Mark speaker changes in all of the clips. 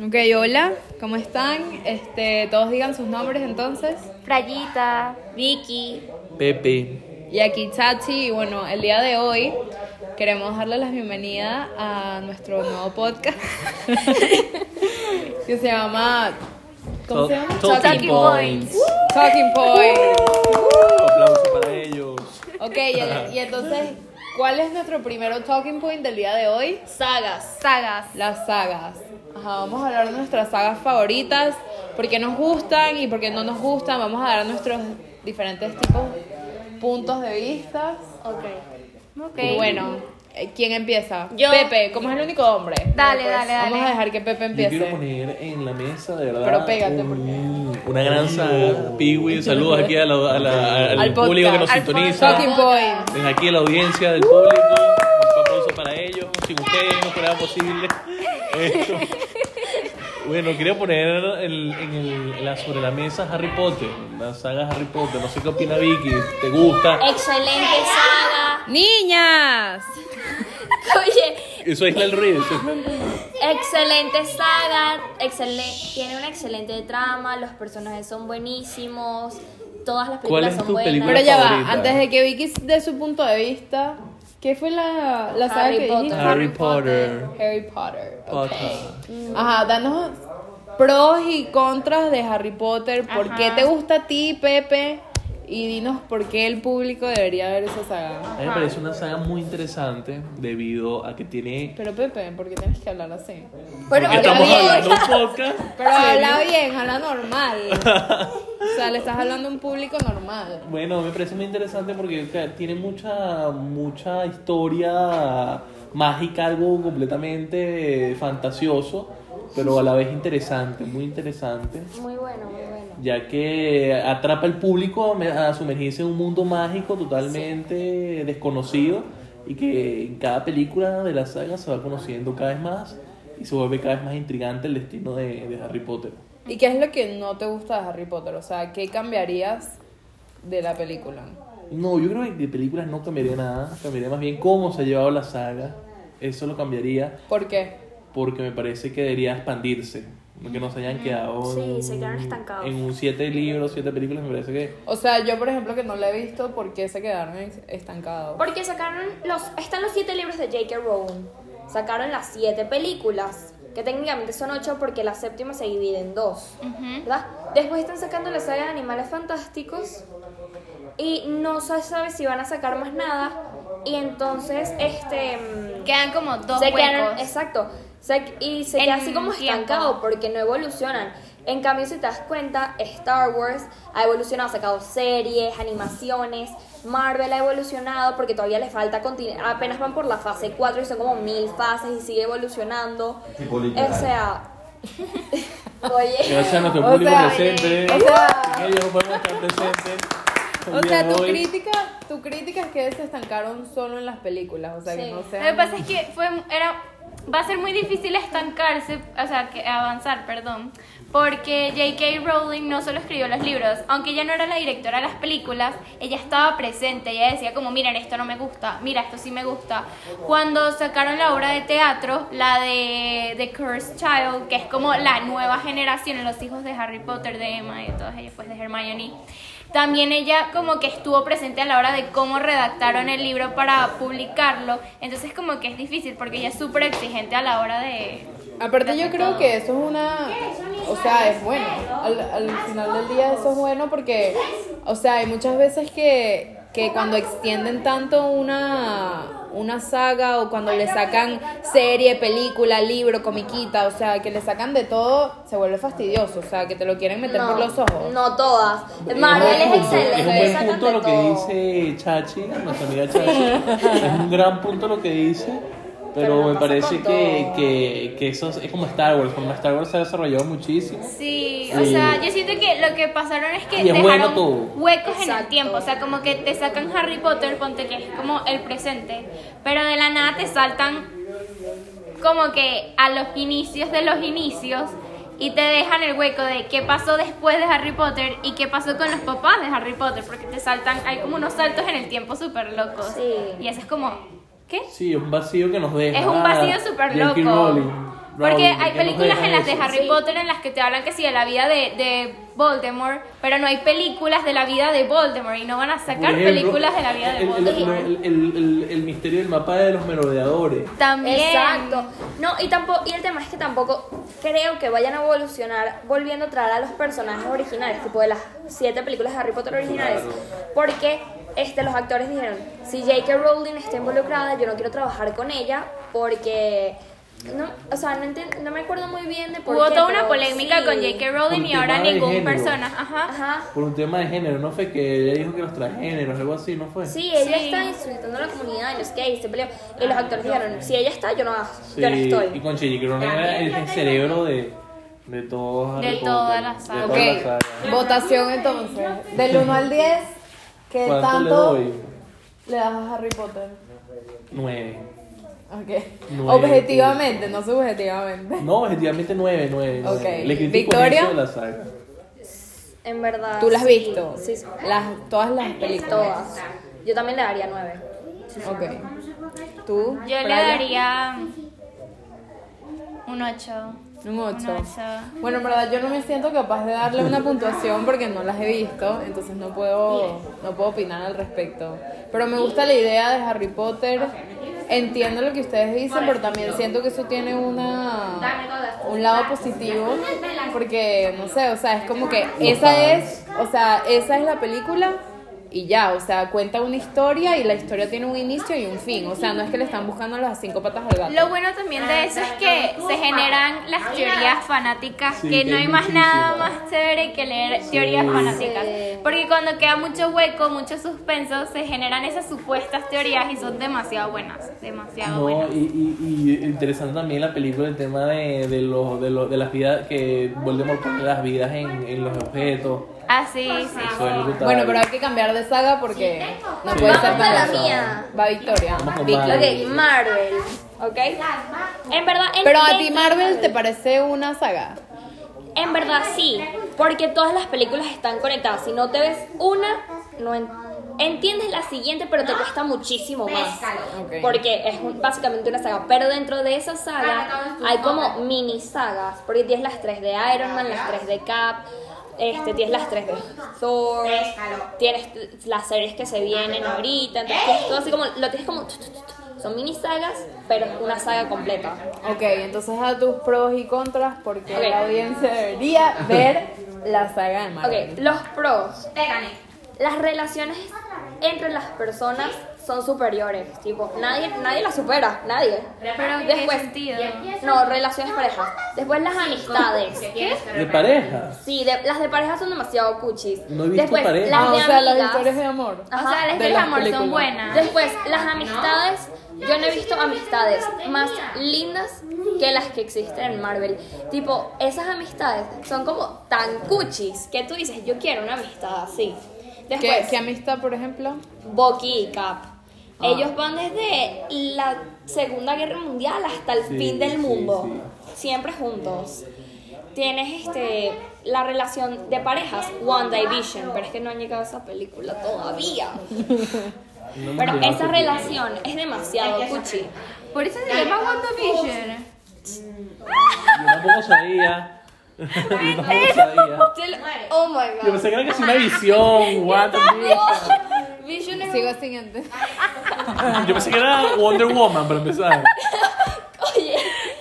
Speaker 1: Ok, hola, ¿cómo están? Este, todos digan sus nombres entonces.
Speaker 2: Frayita, Vicky.
Speaker 3: Pepe.
Speaker 1: Y aquí Chachi, y bueno, el día de hoy queremos darle la bienvenida a nuestro nuevo podcast que se llama... ¿Cómo se llama?
Speaker 3: To- Talking Points.
Speaker 1: Talking Point.
Speaker 3: Aplauso para ellos.
Speaker 1: Ok, y, el- y entonces, ¿cuál es nuestro primero talking point del día de hoy?
Speaker 4: Sagas.
Speaker 2: Sagas.
Speaker 1: Las sagas. Ajá, vamos a hablar de nuestras sagas favoritas, por qué nos gustan y por qué no nos gustan. Vamos a dar nuestros diferentes tipos, puntos de vista.
Speaker 4: Ok.
Speaker 2: Ok.
Speaker 1: Y bueno, eh, ¿quién empieza?
Speaker 4: Yo.
Speaker 1: Pepe, como es el único hombre. pues,
Speaker 2: Dale, dale,
Speaker 1: Vamos a
Speaker 2: dale.
Speaker 1: dejar que Pepe
Speaker 3: Yo quiero
Speaker 1: empiece.
Speaker 3: poner en la mesa, de verdad.
Speaker 1: Pero pégate,
Speaker 3: un- Una gran saga. Piwi, saludos aquí a la- a la- al,
Speaker 1: Al podcast,
Speaker 3: público que nos
Speaker 2: al
Speaker 3: sintoniza.
Speaker 1: Talking point.
Speaker 3: Desde aquí la audiencia del público. Un aplauso para ellos. Sin ustedes no fuera posible esto. Bueno, quería poner el- en el- en la- sobre la mesa Harry Potter, la saga Harry Potter. No sé qué opina Vicky, ¿te gusta?
Speaker 4: Excelente saga.
Speaker 1: Niñas.
Speaker 4: Oye,
Speaker 3: Eso es el Reeves.
Speaker 4: excelente saga. Excelen- tiene una excelente trama. Los personajes son buenísimos. Todas las
Speaker 3: ¿Cuál
Speaker 4: películas
Speaker 3: es
Speaker 4: son
Speaker 3: tu
Speaker 4: buenas.
Speaker 3: película
Speaker 1: Pero ya va,
Speaker 3: favorita?
Speaker 1: antes de que Vicky dé su punto de vista, ¿qué fue la, la saga
Speaker 4: Harry
Speaker 1: que
Speaker 4: Potter.
Speaker 1: dijiste?
Speaker 3: Harry Potter.
Speaker 1: Harry Potter. ok.
Speaker 3: Potter.
Speaker 1: Mm. Ajá, danos pros y contras de Harry Potter. ¿Por
Speaker 2: Ajá.
Speaker 1: qué te gusta a ti, Pepe? Y dinos por qué el público debería ver esa saga.
Speaker 3: A mí me parece una saga muy interesante debido a que tiene.
Speaker 1: Pero Pepe, ¿por qué tienes que hablar así?
Speaker 4: Bueno,
Speaker 3: porque
Speaker 1: habla
Speaker 3: estamos
Speaker 1: bien.
Speaker 3: hablando un podcast.
Speaker 1: Pero habla bien, habla normal. O sea, le estás hablando a un público normal.
Speaker 3: Bueno, me parece muy interesante porque ca- tiene mucha, mucha historia mágica, algo completamente fantasioso, pero a la vez interesante, muy interesante.
Speaker 4: Muy bueno, muy bueno.
Speaker 3: ya que atrapa al público a me- a sumergirse en un mundo mágico totalmente desconocido y que en cada película de la saga se va conociendo cada vez más y se vuelve cada vez más intrigante el destino de, de Harry Potter.
Speaker 1: ¿Y qué es lo que no te gusta de Harry Potter? O sea, ¿qué cambiarías de la película?
Speaker 3: No, yo creo que de películas no cambiaría nada, cambiaría más bien cómo se ha llevado la saga, eso lo cambiaría
Speaker 1: ¿Por qué?
Speaker 3: porque me parece que debería expandirse, que no se hayan quedado
Speaker 4: Sí,
Speaker 3: en-
Speaker 4: se quedaron estancados.
Speaker 3: en un siete libros, siete películas, me parece que...
Speaker 1: O sea, yo por ejemplo que no la he visto, ¿por qué se quedaron ex- estancados?
Speaker 4: Porque sacaron los. Están los siete libros de J.K. Rowling. Sacaron las siete películas. Que técnicamente son ocho porque la séptima se divide en dos. ¿Verdad? Después están sacando la saga de Animales Fantásticos. Y no se sabe si van a sacar más nada. Y entonces, este. mm,
Speaker 2: Quedan como dos
Speaker 4: se
Speaker 2: huecos.
Speaker 4: quedaron, exacto. Se- y se
Speaker 2: En
Speaker 4: queda así como
Speaker 2: tiempo.
Speaker 4: estancado porque no evolucionan. En cambio, si te das cuenta, Star Wars ha evolucionado, ha sacado series, animaciones, Marvel ha evolucionado porque todavía le falta continu- apenas van por la fase 4 y son como mil fases y sigue evolucionando. o sea, oye,
Speaker 3: Gracias a nuestro
Speaker 1: O
Speaker 3: público
Speaker 1: sea,
Speaker 4: eh,
Speaker 3: presente.
Speaker 1: o sea-
Speaker 3: Sin ellos no podemos estar presentes. el
Speaker 1: O
Speaker 3: día
Speaker 1: sea,
Speaker 3: de
Speaker 1: tu
Speaker 3: hoy.
Speaker 1: crítica, tu crítica es que se estancaron solo en las películas, o sea, que
Speaker 4: Sí.
Speaker 1: no
Speaker 2: Lo que
Speaker 1: sean...
Speaker 2: pasa es que fue, era, va a ser muy difícil estancarse, o sea, que avanzar, perdón, porque J.K. Rowling no solo escribió los libros, aunque ella no era la directora de las películas, ella estaba presente, ella decía como, miren, esto no me gusta, mira, esto sí me gusta. Cuando sacaron la obra de teatro, la de The Cursed Child, que es como la nueva generación, los hijos de Harry Potter, de Emma y de todas ellas, pues de Hermione, también ella como que estuvo presente a la hora de cómo redactaron el libro para publicarlo. Entonces como que es difícil porque ella es súper exigente a la hora de...
Speaker 1: Aparte yo creo que eso es una... O sea, es bueno. Al, al final del día eso es bueno porque, o sea, hay muchas veces que, que cuando extienden tanto una, una saga o cuando le sacan serie, película, libro, comiquita, o sea, que le sacan de todo, se vuelve fastidioso, o sea, que te lo quieren meter por los ojos.
Speaker 4: no todas.
Speaker 3: Es un
Speaker 4: Marvel
Speaker 3: buen punto,
Speaker 4: Ah, es
Speaker 3: Es un
Speaker 4: excelente.
Speaker 3: buen
Speaker 4: sacan
Speaker 3: punto
Speaker 4: de
Speaker 3: lo que
Speaker 4: todo.
Speaker 3: dice Chachi, nuestra amiga Chachi. Es un gran punto lo que dice. Pero,
Speaker 4: Pero no
Speaker 3: me
Speaker 4: pasa
Speaker 3: parece
Speaker 4: con
Speaker 3: que,
Speaker 4: todo.
Speaker 3: que, que eso es, es como Star Wars. Como Star Wars se ha desarrollado muchísimo.
Speaker 2: Sí, o
Speaker 3: Sí.
Speaker 2: sea, yo siento que lo que pasaron es que
Speaker 3: Y es bueno
Speaker 2: dejaron
Speaker 3: todo.
Speaker 2: huecos en el
Speaker 4: Exacto.
Speaker 2: tiempo, o sea, como que te sacan Harry Potter, ponte que es como el presente, pero de la nada te saltan como que a los inicios de los inicios y te dejan el hueco de qué pasó después de Harry Potter y qué pasó con los papás de Harry Potter, porque te saltan, hay como unos saltos en el tiempo súper locos.
Speaker 4: Sí.
Speaker 2: Y eso es como, ¿qué?
Speaker 3: Sí, es un vacío que nos deja.
Speaker 2: Es un vacío súper
Speaker 3: J.K.
Speaker 2: loco.
Speaker 3: Rowling.
Speaker 2: Porque
Speaker 3: Rowling, ¿por
Speaker 2: hay
Speaker 3: qué nos
Speaker 2: películas
Speaker 3: dejan
Speaker 2: en las de
Speaker 3: eso?
Speaker 2: Harry Potter en las que te hablan que sí, de la vida de, de Voldemort, pero no hay películas de la vida de Voldemort y no van a
Speaker 3: Por
Speaker 2: sacar
Speaker 3: ejemplo,
Speaker 2: películas de la vida de
Speaker 3: el- el-
Speaker 2: Voldemort.
Speaker 3: El, el- el- el misterio del mapa de los merodeadores.
Speaker 2: También.
Speaker 4: Exacto. No, y tampoco, y el tema es que tampoco creo que vayan a evolucionar volviendo a traer a los personajes originales, tipo de las siete películas de Harry Potter originales. Porque este, los actores dijeron, si J.K. Rowling está involucrada, yo no quiero trabajar con ella porque no, o sea, no, enten- no me acuerdo muy bien de por
Speaker 2: Hubo
Speaker 4: qué,
Speaker 2: toda una
Speaker 4: pero
Speaker 2: polémica
Speaker 4: sí.
Speaker 2: con J.K. Rowling
Speaker 3: Por
Speaker 2: y ahora
Speaker 3: tema de
Speaker 2: ningún
Speaker 3: género.
Speaker 2: persona. Ajá.
Speaker 4: Ajá.
Speaker 3: Por un tema de género, ¿no fue que ella dijo que los transgéneros, algo así, ¿no fue?
Speaker 4: Sí, ella
Speaker 2: Sí.
Speaker 4: está insultando a la comunidad y los gays se peleó. Y los actores dijeron, si ella está, yo no,
Speaker 3: Sí,
Speaker 4: yo no estoy.
Speaker 3: Y con J.K. Rowling era el, el cerebro de, de todos.
Speaker 2: De
Speaker 3: Harry
Speaker 2: toda
Speaker 3: Potter,
Speaker 2: la saga.
Speaker 3: de
Speaker 1: Ok,
Speaker 3: toda la saga.
Speaker 1: votación entonces. Del 1 al 10, ¿qué
Speaker 3: ¿Cuánto le
Speaker 1: tanto
Speaker 3: doy?
Speaker 1: le das a Harry Potter?
Speaker 3: Nueve.
Speaker 1: Ok.
Speaker 3: Nueve.
Speaker 1: Objetivamente, no subjetivamente.
Speaker 3: No, objetivamente nueve, nueve.
Speaker 1: Ok.
Speaker 3: nueve. Le critico
Speaker 1: ¿Victoria?
Speaker 3: eso de la saga.
Speaker 4: En verdad.
Speaker 1: ¿Tú las has
Speaker 4: sí.
Speaker 1: visto?
Speaker 4: Sí, sí.
Speaker 1: Las, todas las películas.
Speaker 4: Todas. Yo también le daría nueve.
Speaker 1: Ok. ¿Tú?
Speaker 2: Yo le
Speaker 1: Brian?
Speaker 2: daría un 8.
Speaker 1: Un
Speaker 2: Un
Speaker 1: 8.
Speaker 2: ocho.
Speaker 1: Bueno, en verdad yo no me siento capaz de darle una puntuación porque no las he visto, entonces no puedo, no puedo opinar al respecto. Pero me gusta la idea de Harry Potter. Entiendo lo que ustedes dicen, pero también siento que eso tiene una un lado positivo porque no sé, o sea, es como que esa es, o sea, esa es la película y ya, o sea, cuenta una historia y la historia tiene un inicio y un fin, o sea, no es que le están buscando las cinco patas al gato.
Speaker 2: Lo bueno también de eso es que se generan las teorías fanáticas,
Speaker 3: Sí,
Speaker 2: que
Speaker 3: que
Speaker 2: no
Speaker 3: hay
Speaker 2: hay más nada
Speaker 3: muchísimas.
Speaker 2: más chévere que leer teorías fanáticas. Porque cuando queda mucho hueco, mucho suspenso, se generan esas supuestas teorías y son demasiado buenas.
Speaker 4: Ah,
Speaker 2: Demasiado
Speaker 3: No,
Speaker 2: buenas.
Speaker 3: y, y, y interesante también la película, el tema de, de, los, de, los, de las vidas, que Voldemort pone las vidas en, en los objetos.
Speaker 2: Ah, sí, sí.
Speaker 3: Eso es brutal.
Speaker 1: Bueno, pero hay que cambiar de saga porque no
Speaker 3: Sí.
Speaker 1: puede
Speaker 3: Vamos
Speaker 1: ser
Speaker 3: con la
Speaker 1: tan-
Speaker 4: mía.
Speaker 1: Va Victoria.
Speaker 3: Vamos con
Speaker 1: Vicky.
Speaker 3: Marvel.
Speaker 4: Ok, Marvel. ¿Ok? En verdad. en-
Speaker 1: Pero a
Speaker 4: en-
Speaker 1: ti Marvel te parece una saga.
Speaker 4: En verdad sí. Porque todas las películas están conectadas. Si no te ves una, no en- entiendes la siguiente, pero te cuesta muchísimo más.
Speaker 1: Ok.
Speaker 4: Porque es un- básicamente una saga. Pero dentro de esa saga hay como mini sagas. Porque tienes las tres de Iron Man, las tres de Cap. Este, tienes las tres de Thor, tienes t- las series que se vienen ahorita, entonces tienes todo así como, lo tienes como, tu, tu, tu, tu. son mini sagas, pero es una saga completa.
Speaker 1: Ok, entonces a tus pros y contras, porque
Speaker 4: Ok.
Speaker 1: la audiencia debería ver la saga de Marvel.
Speaker 4: Ok, los pros. Las relaciones entre las personas son superiores. Tipo, nadie, nadie las supera, nadie.
Speaker 2: Pero ¿en qué
Speaker 4: Después,
Speaker 2: sentido?
Speaker 4: no, relaciones parejas. Después las amistades.
Speaker 3: ¿De pareja?
Speaker 4: Sí, de- las de pareja son demasiado cuchis.
Speaker 3: No he visto
Speaker 4: Después,
Speaker 3: pareja.
Speaker 1: Ah,
Speaker 4: las
Speaker 1: o
Speaker 4: de
Speaker 1: sea, las
Speaker 4: amigas. Ah,
Speaker 1: historias de amor.
Speaker 2: O sea, las
Speaker 1: de
Speaker 2: del
Speaker 1: las
Speaker 2: amor son
Speaker 1: películas.
Speaker 2: buenas.
Speaker 4: Después, las amistades. Yo no he visto amistades más lindas que las que existen en Marvel. Tipo, esas amistades son como tan cuchis que tú dices, yo quiero una amistad así.
Speaker 1: ¿Qué,
Speaker 4: Después,
Speaker 1: qué amistad, por ejemplo?
Speaker 4: Bucky y Cap.
Speaker 3: Ah.
Speaker 4: Ellos van desde la Segunda Guerra Mundial hasta el
Speaker 3: Sí,
Speaker 4: fin del
Speaker 3: sí,
Speaker 4: mundo. Siempre juntos. Tienes este la relación de parejas, One Division, pero es que no han llegado a esa película todavía.
Speaker 3: No hemos
Speaker 4: Pero
Speaker 3: llegado
Speaker 4: esa
Speaker 3: a-
Speaker 4: relación es demasiado cuchi.
Speaker 2: Por eso se llama WandaVision.
Speaker 3: Yo tampoco sabía. Yo tampoco sabía.
Speaker 4: Oh my
Speaker 3: Yo
Speaker 4: god.
Speaker 3: pensé que era que es una visión, what the fuck.
Speaker 4: Vision es-
Speaker 1: Sigo siguiente.
Speaker 3: Yo pensé que era Wonder Woman para empezar.
Speaker 4: Oye,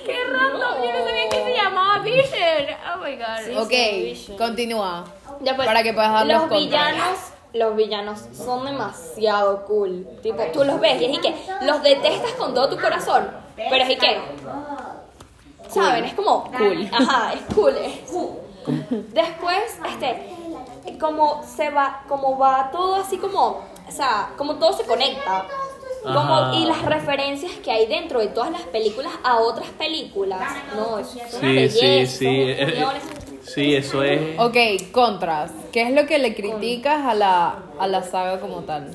Speaker 2: Qué random, yo no sabía que se llamaba Vision. Oh my god.
Speaker 1: Ok, continúa.
Speaker 4: Después,
Speaker 1: Para que puedas dar los
Speaker 4: pues, los
Speaker 1: contras.
Speaker 4: villanos, los villanos son demasiado cool. Tipo, tú los ves y es y que los detestas con todo tu corazón, pero es y que saben, es como cool. Ajá, es cool. es cool. Después, este, como se va, como va todo así como, o sea, como todo se conecta. Como,
Speaker 3: Ajá.
Speaker 4: y las referencias que hay dentro de todas las películas a otras películas. No, eso es una
Speaker 3: Sí, sí,
Speaker 4: belleza,
Speaker 3: sí.
Speaker 4: unos
Speaker 3: eh, eh,
Speaker 4: guiones.
Speaker 3: Sí, eso es.
Speaker 1: Ok, contras. ¿Qué es lo que le criticas a la, a la saga como tal?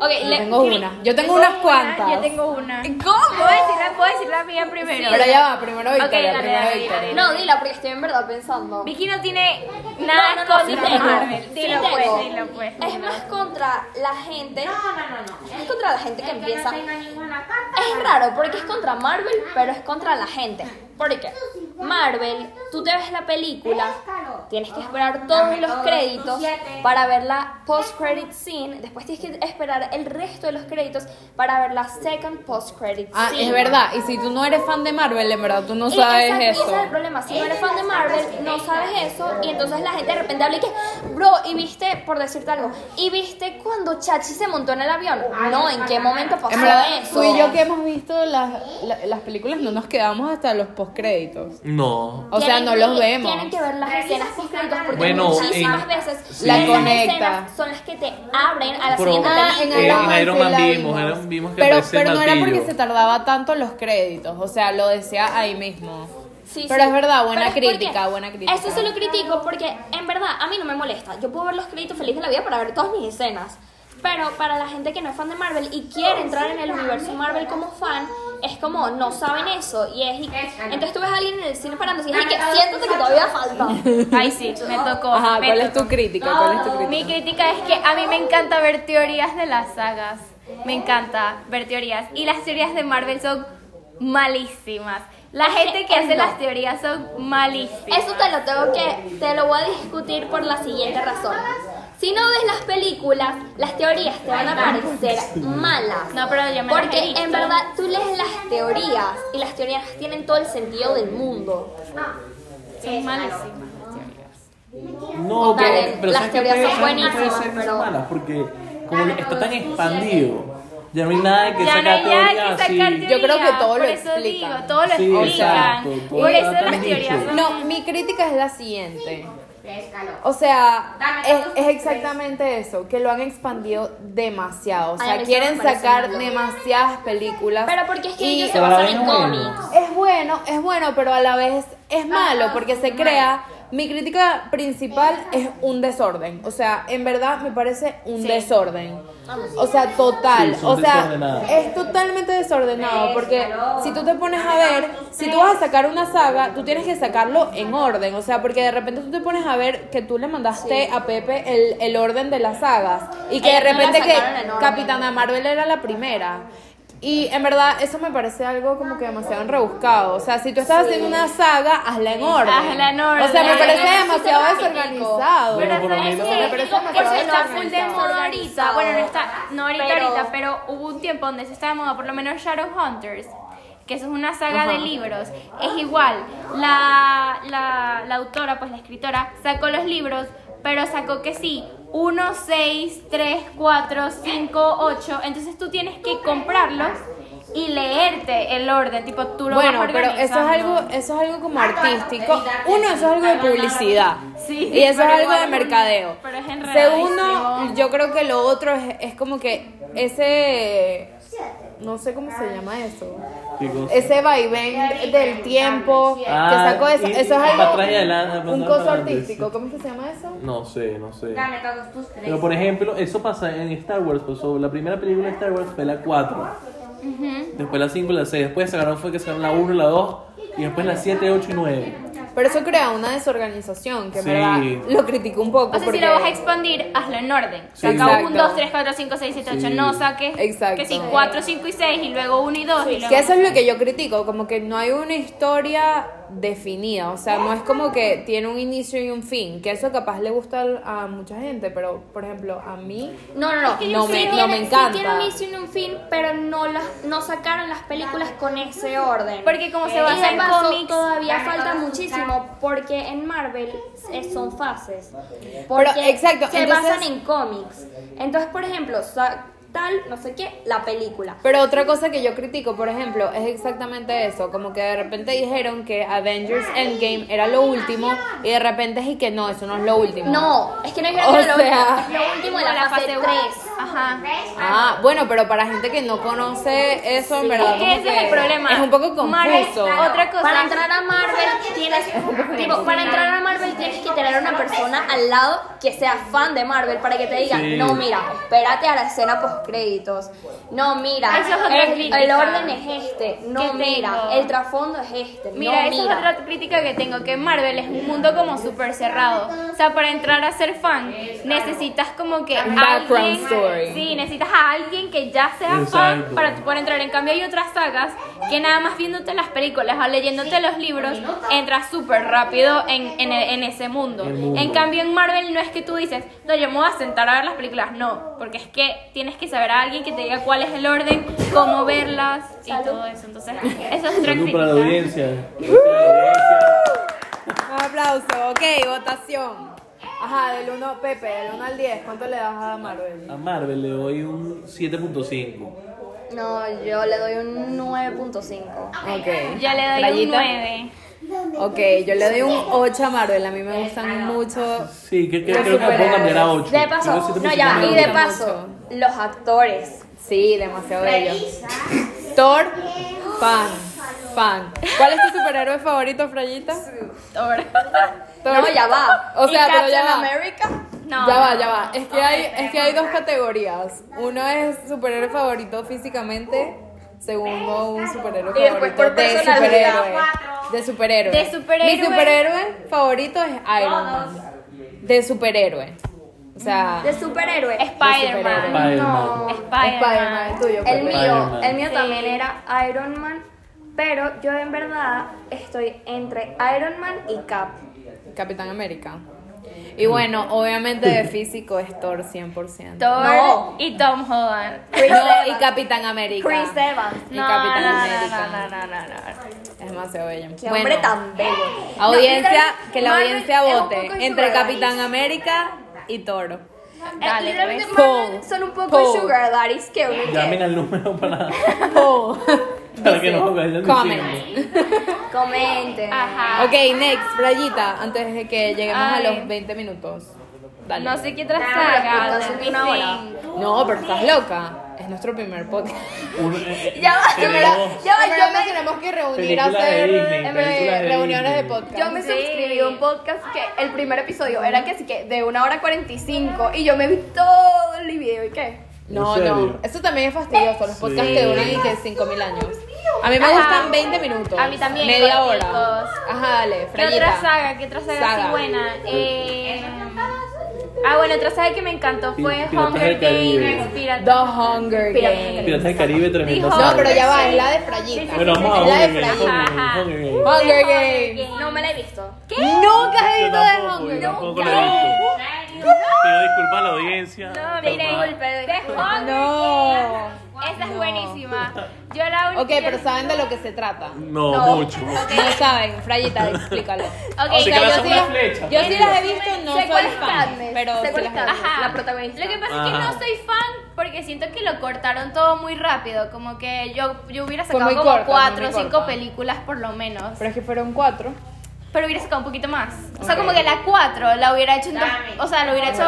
Speaker 4: Ok,
Speaker 1: Yo
Speaker 4: le-
Speaker 1: tengo
Speaker 4: cri-
Speaker 1: una. Yo tengo unas cuantas.
Speaker 2: Yo tengo una.
Speaker 4: ¿Cómo?
Speaker 2: ¿Puedo decir la, puedo decir la mía primero?
Speaker 1: Pero ya va, primero
Speaker 2: Ok,
Speaker 1: Victoria,
Speaker 2: dale,
Speaker 1: primero
Speaker 2: dale,
Speaker 1: Victoria.
Speaker 2: dale, dale.
Speaker 4: No, dila, porque estoy en verdad pensando.
Speaker 2: Vicky no tiene nada
Speaker 4: No, no, no, sí
Speaker 2: contra
Speaker 4: tengo, sí
Speaker 2: Marvel. Dilo pues,
Speaker 4: tengo.
Speaker 2: dilo pues.
Speaker 4: Es más contra la gente. Es contra la gente que empieza. Es raro porque es contra Marvel, pero es contra la gente. Porque Marvel, tú te ves la película, tienes que esperar todos los créditos para ver la post-credit scene, después tienes que esperar el resto de los créditos para ver la second post-credit scene.
Speaker 1: Ah, es verdad. Y si tú no eres fan de Marvel, en verdad tú no
Speaker 4: Y
Speaker 1: sabes
Speaker 4: esa-
Speaker 1: eso.
Speaker 4: Ese es el problema. Si no eres fan de Marvel, no sabes eso. Y entonces la gente de repente habla y que, bro, y viste, por decirte algo, y viste cuando Chachi se montó en el avión. No, ¿en qué momento pasó
Speaker 1: En verdad,
Speaker 4: eso?
Speaker 1: tú y yo que hemos visto las, la- las películas no nos quedamos hasta los postcréditos.
Speaker 3: No.
Speaker 1: O sea,
Speaker 4: Tienen
Speaker 1: no
Speaker 4: que-
Speaker 1: los vemos.
Speaker 4: Tienen que ver las escenas postcréditos porque
Speaker 3: Bueno,
Speaker 4: muchísimas
Speaker 3: en-
Speaker 4: veces
Speaker 3: La
Speaker 4: esas
Speaker 1: conecta.
Speaker 4: escenas son las que te abren a la
Speaker 3: Pero-
Speaker 4: siguiente
Speaker 1: Ah, en
Speaker 4: película.
Speaker 3: Eh,
Speaker 1: Iron
Speaker 3: en
Speaker 1: Man
Speaker 3: Iron
Speaker 1: sí
Speaker 3: Man
Speaker 1: la
Speaker 3: vimos, Iron- vimos que
Speaker 1: pero
Speaker 3: aparece el
Speaker 1: pero no era porque
Speaker 3: martillo.
Speaker 1: se tardaba tanto los créditos, o sea, lo decía ahí mismo.
Speaker 4: Sí,
Speaker 1: pero
Speaker 4: sí.
Speaker 1: es verdad, buena
Speaker 4: Pero es porque
Speaker 1: crítica, buena crítica.
Speaker 4: Eso se lo critico porque en verdad a mí no me molesta. Yo puedo ver los créditos feliz de la vida para ver todas mis escenas. Pero para la gente que no es fan de Marvel y quiere entrar en el universo Marvel como fan, es como no saben eso. Y es. y- entonces tú ves a alguien en el cine parándose y es y que siéntate que todavía falta.
Speaker 2: Ay, sí, me tocó.
Speaker 1: Ajá,
Speaker 2: me
Speaker 1: ¿cuál es tu
Speaker 2: tocó.
Speaker 1: crítica? ¿Cuál es tu crítica?
Speaker 2: Mi crítica es que a mí me encanta ver teorías de las sagas. Me encanta ver teorías. Y las teorías de Marvel son malísimas. La
Speaker 4: Es que
Speaker 2: gente que hace
Speaker 4: no.
Speaker 2: las teorías son malísimas.
Speaker 4: Eso te lo tengo que, te lo voy a discutir por la siguiente razón. Si no ves las películas, las teorías te van a parecer malas.
Speaker 2: No, pero yo me las he
Speaker 4: Porque
Speaker 2: visto.
Speaker 4: en verdad tú lees las teorías y las teorías tienen todo el sentido del mundo.
Speaker 2: son malísimas. las teorías.
Speaker 3: No,
Speaker 4: Oh, Dale,
Speaker 3: pero, pero
Speaker 4: las
Speaker 3: ¿sabes qué
Speaker 4: teorías
Speaker 3: puede- sabes
Speaker 4: son
Speaker 3: qué puede
Speaker 4: buenísimas,
Speaker 3: ser que
Speaker 4: pero-
Speaker 3: son malas? Porque como está tan expandido, ya no hay nada que
Speaker 2: Ya no
Speaker 3: sacar
Speaker 2: hay nada que
Speaker 3: teoría
Speaker 2: sacar
Speaker 3: así.
Speaker 2: teoría.
Speaker 1: Yo creo que todo lo
Speaker 2: por eso
Speaker 1: explican.
Speaker 2: digo, todo lo
Speaker 3: Sí,
Speaker 2: explican.
Speaker 3: exacto, todo
Speaker 2: por eso
Speaker 3: está
Speaker 2: las
Speaker 3: tan
Speaker 2: teorías
Speaker 3: dicho.
Speaker 2: son...
Speaker 1: No, mi crítica es la siguiente. O sea, es, es exactamente eso, que lo han expandido demasiado. O
Speaker 4: Ay, a
Speaker 1: sea,
Speaker 4: mí sí
Speaker 1: quieren
Speaker 4: me parece
Speaker 1: sacar
Speaker 4: malo.
Speaker 1: demasiadas películas.
Speaker 4: Pero porque es que
Speaker 1: y
Speaker 4: ellos se
Speaker 3: Pero
Speaker 4: basan
Speaker 3: es
Speaker 4: en
Speaker 3: bueno.
Speaker 4: cómics. Ah,
Speaker 1: es bueno, es bueno, pero a la vez es malo porque se crea. Mi crítica principal es un desorden. O sea, en verdad me parece un desorden.
Speaker 4: Ah,
Speaker 1: O sea, total.
Speaker 3: Sí, son
Speaker 1: o sea,
Speaker 3: desordenadas.
Speaker 1: es totalmente desordenado porque si tú te pones a ver, si tú vas a sacar una saga, tú tienes que sacarlo en orden. O sea, porque de repente tú te pones a ver que tú le mandaste a Pepe el, el orden de las sagas y que de
Speaker 4: Ellos no la
Speaker 1: repente que
Speaker 4: sacaron en orden.
Speaker 1: Capitana Marvel era la primera. Y en verdad eso me parece algo como que demasiado rebuscado. O sea, si tú estás haciendo una saga, hazla en orden.
Speaker 2: Hazla en
Speaker 1: O
Speaker 2: orden.
Speaker 1: sea, me parece
Speaker 4: Eso
Speaker 1: demasiado
Speaker 4: es lo que critico.
Speaker 1: desorganizado.
Speaker 3: Bueno, por lo
Speaker 2: ¿sabes
Speaker 3: menos-
Speaker 2: qué?
Speaker 1: Me parece
Speaker 2: Eso
Speaker 1: demasiado
Speaker 2: está full de
Speaker 4: desorganizado.
Speaker 2: moda ahorita. Bueno, no está, no ahorita,
Speaker 4: Pero-
Speaker 2: ahorita, pero hubo un tiempo donde se estaba de moda, por lo menos Shadowhunters, que eso es una saga de libros. Es igual, la, la, la autora, pues la escritora, sacó los libros, pero sacó que sí. 1, 6, 3, 4, 5, 8. Entonces tú tienes que comprarlos y leerte el orden. Tipo, tú lo
Speaker 1: Bueno,
Speaker 2: vas
Speaker 1: pero eso es
Speaker 2: organizando.
Speaker 1: algo, eso es algo como artístico. Uno, eso es algo de publicidad.
Speaker 2: Sí,
Speaker 1: y eso es
Speaker 2: pero
Speaker 1: algo de
Speaker 2: igual,
Speaker 1: mercadeo.
Speaker 2: pero es enredadísimo.
Speaker 1: Segundo, yo creo que lo otro es, es como que ese no sé cómo se llama eso.
Speaker 3: Chicos.
Speaker 1: Ese vaivén del tiempo que
Speaker 3: Ah,
Speaker 1: sacó eso,
Speaker 3: y-
Speaker 1: eso es
Speaker 3: y para
Speaker 1: algo
Speaker 3: atrás y adelante,
Speaker 1: un
Speaker 3: para
Speaker 1: coso
Speaker 3: adelante,
Speaker 1: artístico,
Speaker 3: sí.
Speaker 1: ¿cómo es que se llama eso?
Speaker 3: No sé, no sé.
Speaker 5: Dame todos tus tres.
Speaker 3: Pero por ejemplo, eso pasa en Star Wars. Pasó. La primera película de Star Wars fue la 4. Después la 5 y la 6. Después sacaron, fue que sacaron la 1 y la 2. Y después la 7, 8 y 9.
Speaker 1: Pero eso crea una desorganización que en
Speaker 3: Sí.
Speaker 1: verdad lo critico un poco
Speaker 2: O sea,
Speaker 1: porque
Speaker 2: si lo vas a expandir, hazlo en orden.
Speaker 3: Sí.
Speaker 2: Saca
Speaker 1: Exacto.
Speaker 2: 1, 2, 3, 4, 5, 6, 7, 8.
Speaker 3: Sí.
Speaker 2: No saques
Speaker 1: Exacto.
Speaker 2: que sí, 4, 5 y 6 y luego 1 y 2. Y luego...
Speaker 1: Que eso es lo que yo critico, como que no hay una historia definida, o sea, no es como que tiene un inicio y un fin, que eso capaz le gusta al- a mucha gente, pero por ejemplo, a mí
Speaker 4: No, no, no.
Speaker 1: que yo No me-
Speaker 4: Sí
Speaker 1: no
Speaker 4: tiene-
Speaker 1: me
Speaker 4: sí
Speaker 1: encanta.
Speaker 4: tiene un inicio y un fin, pero no, las, no sacaron las películas con ese orden.
Speaker 2: Porque como se
Speaker 4: Y
Speaker 2: basa
Speaker 4: de
Speaker 2: en
Speaker 4: paso,
Speaker 2: cómics,
Speaker 4: todavía
Speaker 5: Dame
Speaker 4: falta
Speaker 5: todas tus
Speaker 4: muchísimo porque en Marvel eh, son fases.
Speaker 1: Pero,
Speaker 4: Porque
Speaker 1: exacto,
Speaker 4: se
Speaker 1: entonces-
Speaker 4: basan en cómics. Entonces, por ejemplo, sa- tal, no sé qué, la película.
Speaker 1: Pero otra cosa que yo critico, por ejemplo, es exactamente eso, como que de repente dijeron que Avengers Endgame era lo último y de repente es y que no, eso no es lo último.
Speaker 4: No, es que no es
Speaker 1: O
Speaker 4: lo último,
Speaker 1: sea-
Speaker 4: es lo último de la, fase 3.
Speaker 2: uno. Ajá.
Speaker 1: Ah, bueno, pero para gente que no conoce eso, en verdad.
Speaker 2: Es que
Speaker 1: como
Speaker 2: ese es el problema.
Speaker 1: Es un poco
Speaker 2: Marvel,
Speaker 1: confuso.
Speaker 2: otra cosa.
Speaker 4: Para entrar a Marvel tienes tipo, para entrar a Marvel tienes que tener una persona al lado que sea fan de Marvel para que te diga,
Speaker 3: Sí.
Speaker 4: "No, mira, espérate a la escena post créditos. No, mira,
Speaker 2: Eso es otra
Speaker 4: el,
Speaker 2: crítica
Speaker 4: el orden es este. No,
Speaker 2: que tengo.
Speaker 4: mira, el trasfondo es este.
Speaker 2: Mira,
Speaker 4: no,
Speaker 2: esa
Speaker 4: mira.
Speaker 2: es otra crítica que tengo, que Marvel es un mundo como súper cerrado. O sea, para entrar a ser fan, necesitas como que
Speaker 1: Un background
Speaker 2: alguien,
Speaker 1: story.
Speaker 2: Sí, necesitas a alguien que ya sea fan
Speaker 3: Exacto.
Speaker 2: para tú poder entrar. En cambio, hay otras sagas que nada más viéndote las películas o leyéndote los libros, entras súper rápido en, en, en ese mundo.
Speaker 3: El mundo.
Speaker 2: En cambio, en Marvel no es que tú dices, no, yo me voy a sentar a ver las películas. No, porque es que tienes que saber a alguien que te diga cuál es el orden, cómo verlas y todo eso. Entonces, eso es otra
Speaker 3: Salud para la
Speaker 2: crítica.
Speaker 3: audiencia. Salud para la audiencia.
Speaker 1: Un aplauso, ok, votación. Ajá, del 1, Pepe, del 1 al 10, ¿cuánto le das a Marvel?
Speaker 3: A Marvel le doy un 7.5.
Speaker 4: No, yo le doy un 9.5.
Speaker 1: Ok.
Speaker 2: Yo le doy
Speaker 1: Rayita.
Speaker 2: un 9.
Speaker 1: Ok, yo le doy un 8 a Marvel, a mí me gustan mucho.
Speaker 3: Sí, que, que
Speaker 1: Los
Speaker 3: creo que lo puedo cambiar a 8.
Speaker 4: De paso, no, ya, y de paso, los actores.
Speaker 1: Sí, demasiado bello. Thor, fan, fan. ¿Cuál es tu superhéroe favorito, Frayita? Thor.
Speaker 4: No, ya va.
Speaker 1: O sea,
Speaker 4: ¿Y
Speaker 1: pero ya
Speaker 4: Captain
Speaker 1: va.
Speaker 4: America?
Speaker 2: No.
Speaker 1: Ya va, ya va. Es que hay, es que hay dos categorías. Uno es superhéroe favorito físicamente, segundo un superhéroe
Speaker 4: Y después
Speaker 1: favorito
Speaker 4: por
Speaker 1: de
Speaker 4: personalidad.
Speaker 1: superhéroe. De superhéroe.
Speaker 2: De superhéroe.
Speaker 1: Mi superhéroe favorito es Iron Man. De superhéroe. O sea,
Speaker 4: De superhéroe.
Speaker 2: Spider-Man.
Speaker 3: Spider-Man.
Speaker 1: Spider-Man,
Speaker 2: Spider-Man.
Speaker 1: el tuyo. pues.
Speaker 4: El
Speaker 1: Pepe.
Speaker 4: mío,
Speaker 3: Spider-Man.
Speaker 4: el mío
Speaker 2: Sí.
Speaker 4: también era Iron Man, pero yo en verdad estoy entre Iron Man y Cap.
Speaker 1: Capitán América. Y bueno, obviamente de físico es Thor 100%.
Speaker 2: Thor
Speaker 4: No.
Speaker 2: y Tom Holland.
Speaker 4: Chris
Speaker 1: No, y
Speaker 4: Evans.
Speaker 1: Capitán América.
Speaker 4: Chris Evans.
Speaker 1: Y
Speaker 2: No,
Speaker 1: Capitán
Speaker 2: no, no,
Speaker 1: América.
Speaker 2: no, no, no, no, no.
Speaker 1: Es demasiado bello.
Speaker 4: Qué
Speaker 1: Bueno,
Speaker 4: hombre tan bello.
Speaker 1: Audiencia,
Speaker 4: No,
Speaker 1: que la
Speaker 4: Marvel
Speaker 1: audiencia
Speaker 4: es un
Speaker 1: vote
Speaker 4: poco
Speaker 1: entre
Speaker 4: sugar
Speaker 1: Capitán América y Toro.
Speaker 4: daddies. Eh,
Speaker 2: Dale,
Speaker 4: literalmente
Speaker 1: pues.
Speaker 4: Marvel
Speaker 1: Paul.
Speaker 4: son un poco
Speaker 1: Paul.
Speaker 4: sugar daddies que uno
Speaker 3: Llamen
Speaker 4: que
Speaker 3: al número para,
Speaker 1: Oh.
Speaker 3: para que nos vayan diciendo.
Speaker 1: Comment.
Speaker 4: comenten.
Speaker 2: Ajá.
Speaker 1: Ok, next, Rayita, antes de que lleguemos a los 20 minutos. Dale.
Speaker 2: No sé qué otra
Speaker 4: Nah, pero
Speaker 2: saga.
Speaker 4: podcast
Speaker 2: de
Speaker 4: en una hora.
Speaker 2: Disney.
Speaker 1: No, pero estás loca. Es nuestro primer podcast.
Speaker 3: Un- eh,
Speaker 4: Ya va, yo me la-
Speaker 3: tenemos-
Speaker 4: Ya va,
Speaker 1: En verdad
Speaker 4: yo me-
Speaker 1: nos tenemos que reunir a
Speaker 3: Películas de
Speaker 1: hacer
Speaker 3: Disney,
Speaker 1: eh,
Speaker 3: películas de
Speaker 1: reuniones de
Speaker 3: Disney.
Speaker 1: podcast.
Speaker 4: Yo me
Speaker 2: Sí.
Speaker 4: suscribí a un podcast que el primer episodio era que sí que de una hora 45 y yo me vi todo el video y qué.
Speaker 1: No,
Speaker 3: ¿En serio?
Speaker 1: no. Eso también es fastidioso. Los podcasts
Speaker 3: Sí.
Speaker 1: que duran y que 5000 años. A mí me
Speaker 2: Ajá.
Speaker 1: gustan 20 minutos.
Speaker 2: A mí también,
Speaker 1: Media
Speaker 2: corticos.
Speaker 1: hora. Ajá, dale.
Speaker 2: ¿Qué
Speaker 1: Frayita.
Speaker 2: otra saga? ¿Qué otra saga,
Speaker 1: Saga.
Speaker 2: así buena? Eh, ah, bueno, otra saga que me encantó fue
Speaker 3: Piratas
Speaker 2: Hunger
Speaker 3: del Caribe.
Speaker 2: Games. Piratas-
Speaker 1: The Hunger
Speaker 4: Piratas
Speaker 1: Games.
Speaker 4: del
Speaker 3: Piratas del Caribe, tremenda
Speaker 2: Dijo-
Speaker 1: No,
Speaker 3: saga.
Speaker 1: pero ya va, es la de Frayita.
Speaker 3: Bueno, vamos a
Speaker 1: es la de
Speaker 3: Hunger Games.
Speaker 1: Frayita.
Speaker 3: Hunger
Speaker 2: Ajá.
Speaker 3: Games, Hunger Games.
Speaker 1: Hunger
Speaker 2: Hunger
Speaker 1: Games.
Speaker 2: Games.
Speaker 4: No me la he visto.
Speaker 2: ¿Qué?
Speaker 1: Nunca has
Speaker 3: Yo
Speaker 1: visto de
Speaker 3: tampoco,
Speaker 1: Hunger
Speaker 3: yo tampoco
Speaker 1: Games.
Speaker 3: la he visto. Pido disculpas a la audiencia.
Speaker 2: No,
Speaker 3: Pero,
Speaker 2: mire,
Speaker 3: ah,
Speaker 2: golpe de
Speaker 1: No.
Speaker 2: Esa es
Speaker 1: No.
Speaker 2: buenísima. Yo la única.
Speaker 1: Ok, pero saben de lo que se trata.
Speaker 3: No,
Speaker 4: No.
Speaker 3: mucho.
Speaker 1: No saben, Frayita, explícalo.
Speaker 2: Ok,
Speaker 3: Así que
Speaker 2: ya
Speaker 3: la
Speaker 2: yo
Speaker 3: hacemos
Speaker 2: sí
Speaker 3: una
Speaker 2: la-
Speaker 3: flecha.
Speaker 1: Yo sí las he visto, no
Speaker 4: Sé
Speaker 1: soy
Speaker 4: cuál es
Speaker 1: fan,
Speaker 4: Katniss,
Speaker 1: pero
Speaker 4: sé
Speaker 1: sí
Speaker 4: cuál
Speaker 1: las
Speaker 4: es
Speaker 1: he visto.
Speaker 4: Katniss, la protagonista.
Speaker 2: Lo que pasa es que
Speaker 3: Ajá.
Speaker 2: no soy fan porque siento que lo cortaron todo muy rápido. Como que yo, yo hubiera
Speaker 1: Fue
Speaker 2: sacado
Speaker 1: muy
Speaker 2: como
Speaker 1: corta, fue
Speaker 2: cuatro o
Speaker 1: muy
Speaker 2: cinco
Speaker 1: corta.
Speaker 2: películas por lo menos.
Speaker 1: Pero es que fueron cuatro.
Speaker 2: Pero hubiera sacado un poquito más. O sea, como que la cuatro la hubiera hecho en dos. O sea, lo hubiera hecho.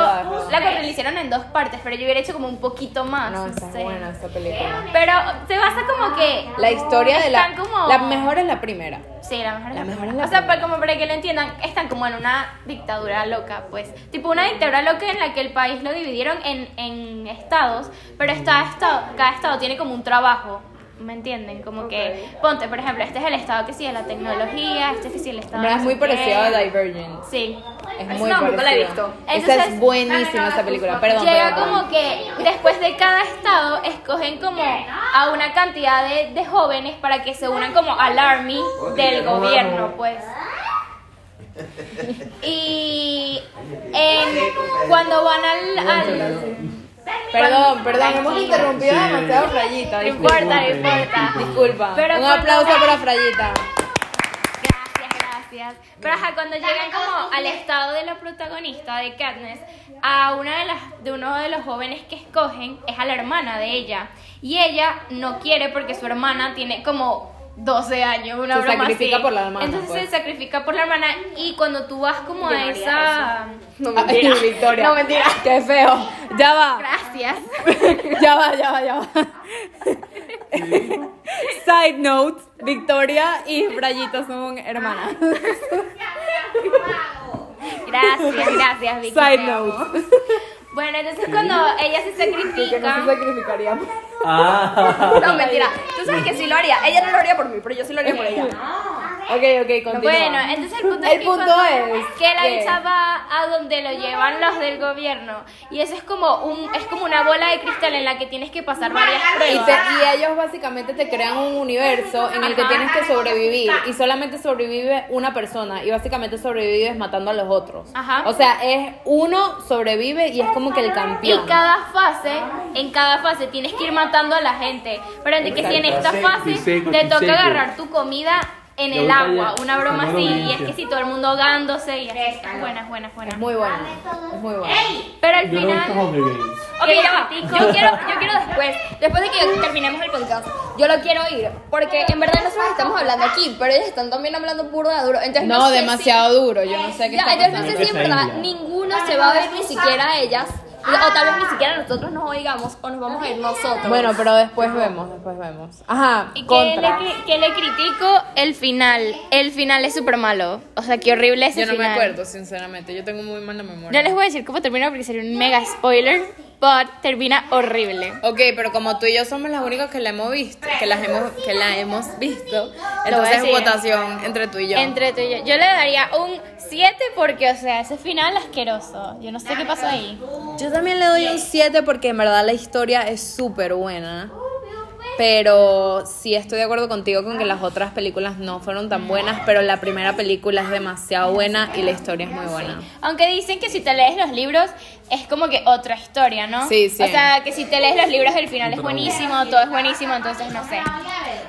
Speaker 2: La cuatro la hicieron en dos partes, pero yo hubiera hecho como un poquito más.
Speaker 1: No, esa
Speaker 2: no
Speaker 1: es
Speaker 2: sé.
Speaker 1: buena esta película.
Speaker 2: Pero se basa como que.
Speaker 1: La historia de la...
Speaker 2: Están como-
Speaker 1: La mejor es la primera.
Speaker 2: Sí, la mejor es
Speaker 1: La
Speaker 2: la,
Speaker 1: mejor
Speaker 2: primera.
Speaker 1: es la
Speaker 2: O sea,
Speaker 1: primera.
Speaker 2: para, como para que lo entiendan, están como en una dictadura loca, pues. Tipo una dictadura loca en la que el país lo dividieron en, en estados, pero está estado, cada estado tiene como un trabajo. ¿Me entienden? Como que, ponte, por ejemplo, este es el estado que sigue la tecnología, este que sigue el
Speaker 1: En
Speaker 2: estado.
Speaker 1: verdad
Speaker 2: no
Speaker 1: es muy
Speaker 2: sé qué.
Speaker 1: parecido a Divergent.
Speaker 2: Sí.
Speaker 1: Es
Speaker 4: Esa
Speaker 1: muy
Speaker 4: tampoco la he
Speaker 1: parecida.
Speaker 4: visto.
Speaker 1: Esa es
Speaker 2: Entonces,
Speaker 1: buenísima esa película. Perdón.
Speaker 2: Llega
Speaker 1: perdón.
Speaker 2: como que después de cada estado escogen como a una cantidad de, de jóvenes para que se unan como al army del gobierno, pues. Y en- cuando van al... al-
Speaker 1: Perdón, perdón. Hemos interrumpido
Speaker 3: Sí.
Speaker 1: demasiado Frayita.
Speaker 2: no
Speaker 1: Disculpa.
Speaker 2: importa, no importa.
Speaker 1: Disculpa.
Speaker 2: Pero
Speaker 1: Un
Speaker 2: cuando
Speaker 1: aplauso
Speaker 2: van-
Speaker 1: para Frayita.
Speaker 2: Gracias, gracias. Pero ajá, cuando llegan como al estado de la protagonista de Katniss, a una de las de uno de los jóvenes que escogen es a la hermana de ella y ella no quiere porque su hermana tiene como 12 años, una
Speaker 1: Se
Speaker 2: broma
Speaker 1: sacrifica
Speaker 2: así.
Speaker 1: por la hermana,
Speaker 2: Entonces
Speaker 1: pues.
Speaker 2: se sacrifica por la hermana y cuando tú vas como
Speaker 4: Yo
Speaker 2: a
Speaker 4: no haría
Speaker 2: esa
Speaker 4: No
Speaker 1: Ay,
Speaker 4: mentira.
Speaker 1: Victoria.
Speaker 4: No mentira.
Speaker 1: Qué feo. Ya va.
Speaker 2: Gracias.
Speaker 1: Ya va, ya va, ya va. Side note, Victoria y Frayita son hermanas.
Speaker 2: Ah, Gracias, gracias, Vicky.
Speaker 1: Side
Speaker 2: te amo.
Speaker 1: note.
Speaker 2: Bueno, entonces cuando ella se
Speaker 1: Que no se
Speaker 2: sacrifica,
Speaker 1: sacrificaría.
Speaker 3: Ah,
Speaker 5: Ah,
Speaker 4: No mentira. Tú sabes que sí lo haría. Ella no lo haría por mí, pero yo sí lo haría por ella.
Speaker 1: Ok, ok, continúa.
Speaker 2: Bueno, entonces el punto,
Speaker 1: El
Speaker 2: es, que
Speaker 1: punto
Speaker 2: cuando-
Speaker 1: es
Speaker 2: que la
Speaker 1: que-
Speaker 2: visa va a donde lo llevan los del gobierno y eso es como un es como una bola de cristal en la que tienes que pasar varias
Speaker 1: Y,
Speaker 2: pruebas.
Speaker 1: te- y ellos básicamente te crean un universo en el que tienes que sobrevivir y solamente sobrevive una persona y básicamente sobrevives matando a los otros.
Speaker 2: Ajá.
Speaker 1: O sea, es uno sobrevive y es como que el
Speaker 2: Y
Speaker 1: campeón.
Speaker 2: cada fase, en cada fase tienes que ir matando a la gente. Pero antes que si en esta fase te toca agarrar tu comida en el agua, una broma así, y es que si todo el mundo ahogándose y así. Buenas, buenas,
Speaker 1: Es
Speaker 2: buenas.
Speaker 1: muy bueno. Es muy bueno.
Speaker 2: Pero al
Speaker 5: Yo no he visto
Speaker 2: final,
Speaker 5: Hunger Games.
Speaker 4: Ok, ya va. Yo quiero, yo quiero después, después de que terminemos el podcast, yo lo quiero ir. Porque en verdad nosotros estamos hablando aquí, pero ellos están también hablando puro de duro. Entonces,
Speaker 1: No,
Speaker 4: sé si-
Speaker 1: demasiado duro. Yo no sé qué
Speaker 4: Ya,
Speaker 1: está
Speaker 4: entonces no
Speaker 1: pasando.
Speaker 4: sé si en verdad ninguno se va a ver ni siquiera a Ah, ellas. O tal vez ni siquiera nosotros nos oigamos o nos vamos a ir nosotros.
Speaker 1: Bueno, pero después vemos, después vemos. Ajá,
Speaker 2: ¿y qué le,
Speaker 1: contra.
Speaker 2: cri- qué le critico? El final. El final es súper malo. O sea, qué horrible ese
Speaker 1: Yo no me
Speaker 2: final.
Speaker 1: acuerdo, sinceramente. Yo tengo muy mala memoria.
Speaker 2: No les voy a decir cómo termina porque sería un mega spoiler, pero termina horrible.
Speaker 1: Ok, pero como tú y yo somos las únicas que la hemos visto, que las hemos, que la hemos visto,
Speaker 2: entonces
Speaker 1: entonces
Speaker 2: decir.
Speaker 1: votación entre tú y yo.
Speaker 2: Entre tú y yo. Yo le daría un 7 porque, o sea, ese final asqueroso. Yo no sé qué pasó ahí.
Speaker 1: Yo también le doy un 7 porque en verdad la historia es súper buena. Pero sí estoy de acuerdo contigo con que las otras películas no fueron tan buenas, pero la primera película es demasiado buena y la historia es muy buena.
Speaker 2: Aunque dicen que si te lees los libros es como que otra historia, ¿no?
Speaker 1: Sí, sí.
Speaker 2: O sea, que si te lees los libros el final es buenísimo, todo es buenísimo, entonces no sé.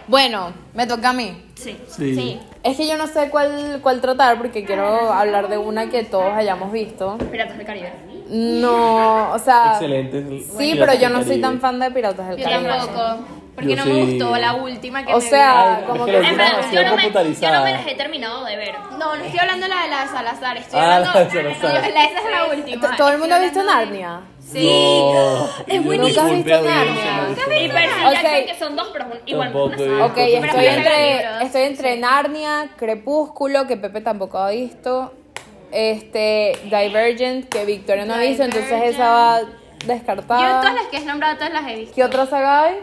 Speaker 1: Bueno, me toca a mí.
Speaker 2: Sí.
Speaker 5: Sí.
Speaker 1: Es que yo no sé cuál, cuál tratar porque quiero hablar de una que todos hayamos visto.
Speaker 2: Piratas del Caribe.
Speaker 1: No, o sea...
Speaker 5: Excelente.
Speaker 1: Sí, pero yo no soy tan fan de Piratas del
Speaker 2: Yo
Speaker 1: Caribe.
Speaker 2: tampoco. Porque
Speaker 5: Yo
Speaker 2: no me
Speaker 5: sí.
Speaker 2: gustó la última que
Speaker 1: O
Speaker 2: me vi.
Speaker 1: sea,
Speaker 5: Ay,
Speaker 1: como
Speaker 5: es
Speaker 1: que...
Speaker 5: que
Speaker 2: En verdad, yo, no me, yo no me las
Speaker 5: Computarizada.
Speaker 2: he terminado de ver. No, no estoy hablando de la de la de Salazar, estoy
Speaker 5: Ah,
Speaker 2: hablando
Speaker 5: la de Salazar.
Speaker 2: la- Esa es la última.
Speaker 1: ¿Todo el
Speaker 2: Estoy
Speaker 1: mundo ha visto
Speaker 2: hablando de-
Speaker 1: Narnia?
Speaker 2: Sí.
Speaker 5: es
Speaker 1: buenísimo. Nunca has visto Narnia.
Speaker 2: Y Percy
Speaker 1: Ok.
Speaker 2: Jackson, que son dos, pero un- igual
Speaker 5: Tampoco
Speaker 2: una
Speaker 5: he
Speaker 2: saga.
Speaker 5: visto.
Speaker 1: Ok,
Speaker 5: Pero
Speaker 1: estoy
Speaker 5: también
Speaker 2: hay
Speaker 1: entre,
Speaker 2: libros.
Speaker 1: estoy entre Narnia, Crepúsculo, que Pepe tampoco ha visto, este, Divergent, que Victoria no ha visto, entonces esa va
Speaker 2: Yo todas
Speaker 1: descartada.
Speaker 2: las que has nombrado, todas las he visto.
Speaker 1: ¿Qué otra saga hay?